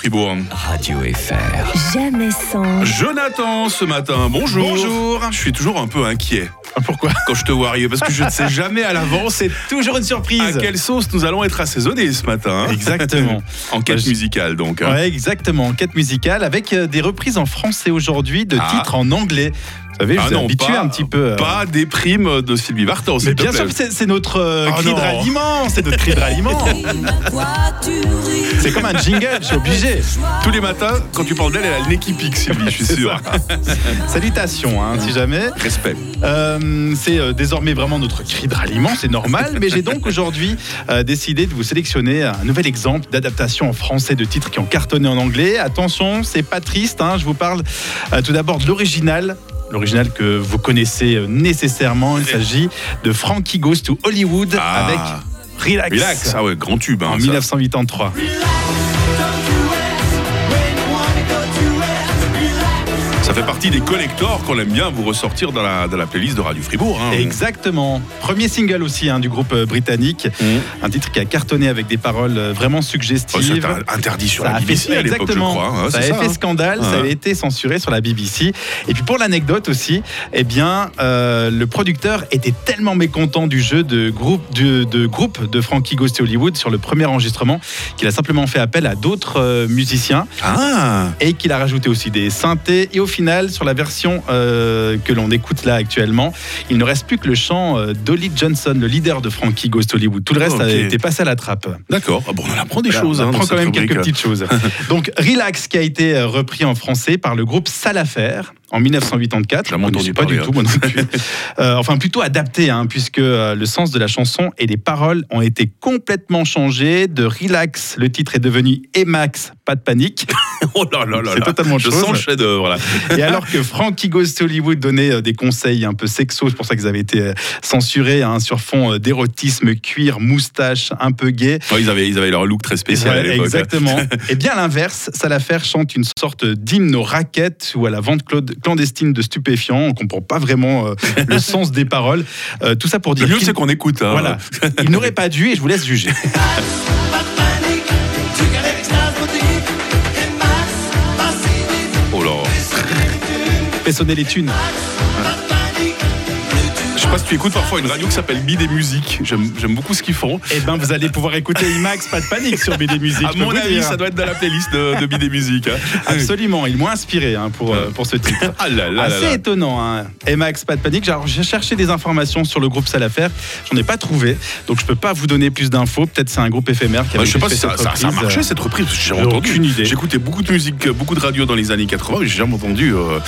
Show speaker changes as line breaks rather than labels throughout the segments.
Fribourg.
Radio FR.
Jamais sans.
Jonathan, ce matin, bonjour.
Bonjour. Ah,
Je suis toujours un peu inquiet
Pourquoi
quand je te vois arriver parce que je ne sais jamais à l'avance
C'est toujours une
à
surprise.
Ah, quelle sauce nous allons être assaisonnés ce matin. hein.
Exactement.
En
Bah,
quête
je-
musicale, donc. hein.
Ouais, exactement. Enquête musicale avec euh, des reprises en français aujourd'hui de
Ah.
titres en anglais. Vous savez,
Ah
je vous ai
non,
habitué
pas-
un petit peu. euh,
Pas des primes de Sylvie Vartan,
Mais
s'il te
bien
plaît.
sûr, que c'est c'est notre euh,
Oh
cri de
non.
ralliement. C'est notre cri de ralliement. c'est comme un jingle, je suis obligé.
Tous les matins, quand tu parles d'elle, elle a le nez qui pique, Sylvie, je suis
C'est
sûr.
ça. Salutations, hein, si jamais.
Respect.
Euh, c'est euh, désormais vraiment notre cri de ralliement, c'est normal, mais j'ai donc aujourd'hui euh, décidé de vous sélectionner un nouvel exemple d'adaptation en français de titres qui ont cartonné en anglais. Attention, c'est pas triste, hein, je vous parle euh, tout d'abord de l'original. L'original que vous connaissez euh, nécessairement, il s'agit de Frankie Goes to Hollywood
Ah.
avec Relax,
Relax, ah ouais, grand tube. hein,
en
ça.
1983.
ça. fait partie des collectors qu'on aime bien vous ressortir dans la, dans la playlist de Radio Fribourg. hein.
Exactement. Premier single aussi hein, du groupe euh, britannique,
Mhm.
un titre qui a cartonné avec des paroles euh, vraiment
Oh,
suggestives.
c'était interdit sur
Ça
la
a
BBC
fait-
à l'époque, je
exactement.
crois. hein,
ça
c'est
avait fait
hein.
scandale,
Ouais.
ça avait été censuré sur la BBC. Et puis pour l'anecdote aussi, eh bien, euh, le producteur était tellement mécontent du jeu de groupe de, de groupe de Frankie Ghost Hollywood sur le premier enregistrement qu'il a simplement fait appel à d'autres euh, musiciens
Ah,
et qu'il a rajouté aussi des synthés. Et au final, sur la version euh, que l'on écoute là actuellement, il ne reste plus que le chant euh, d'Olly Johnson, le leader de Frankie Ghost Hollywood. Tout le reste
Ok.
a été passé à la trappe.
d'accord. Ah bon, on en apprend des
Voilà,
choses.
On
hein, dans
apprend quand
cette
même quelques
rubrique.
petites choses. Donc, Relax, qui a été euh, repris en français par le groupe Salafaire en 1984.
J'ai jamais
On
entendu
n'y est pas
parler,
du tout, moi non plus. Euh, enfin, plutôt adapté, hein, puisque euh, le sens de la chanson et les paroles ont été complètement changés. De Relax, le titre est devenu Emax, pas de panique.
Oh là là là
C'est
là.
totalement autre
Je
chose.
sens le chef-d'œuvre là.
Et alors que Frankie Goes to Hollywood donnait euh, des conseils un peu sexos, c'est pour ça qu'ils avaient été euh, censurés hein, sur fond euh, d'érotisme, cuir, moustache, un peu gay.
Ouais, ils, avaient, ils avaient leur look très spécial à
Ouais,
l'époque. hein.
Exactement. Et bien à l'inverse, Salafaire chante une sorte d'hymne aux raquettes ou à la vente clo- clandestine de stupéfiants. On comprend pas vraiment euh, le sens des paroles. Euh, tout ça pour
Le
dire
mieux,
qu'il-
c'est qu'on écoute. hein.
voilà, il n'aurait pas dû et je vous laisse juger.
Oh là.
Fais sonner les thunes.
Je sais pas si tu écoutes parfois une radio qui s'appelle Bid et Musique. J'aime j'aime beaucoup ce qu'ils font.
Eh ben vous allez pouvoir écouter IMAX, pas de panique sur BD Music.
À
je peux
mon
vous
avis,
dire.
ça doit être dans la playlist de, de Bid et Musique. hein.
Absolument, ils m'ont inspiré hein, pour, euh, pour ce titre.
Ah là là là
Assez
là.
étonnant, hein. Et Max, pas de panique. Alors, J'ai cherché des informations sur le groupe Salafaire. J'en ai pas trouvé. Donc, je peux pas vous donner plus d'infos. Peut-être c'est un groupe éphémère qui
Bah,
avait
je sais pas
fait
si ça,
cette
ça- ça a
reprise.
marché cette reprise. euh, J'ai
J'ai
entendu.
aucune idée.
J'écoutais beaucoup de musique, beaucoup de radio dans les années 80, mais j'ai jamais entendu. euh,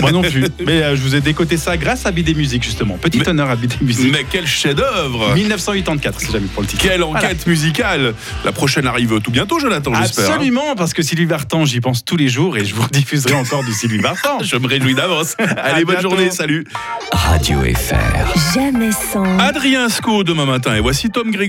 Moi non plus. Mais euh, je vous ai décoté ça grâce à Bidé Musique, justement. Petit
Mais-
honneur à Bidé Musique.
Mais quel chef-d'œuvre
1984, si jamais pour le titre.
Quelle enquête musicale La prochaine arrive tout bientôt, Jonathan, j'espère. hein.
Absolument, parce que Sylvie Vartan, j'y pense tous les jours et je vous diffuserai encore du Sylvie Vartan.
Je me réjouis d'avance. Allez,
À
bonne
bientôt.
journée, salut.
Radio FR.
Jamais sans.
Adrien Sco demain matin et voici Tom Grégory.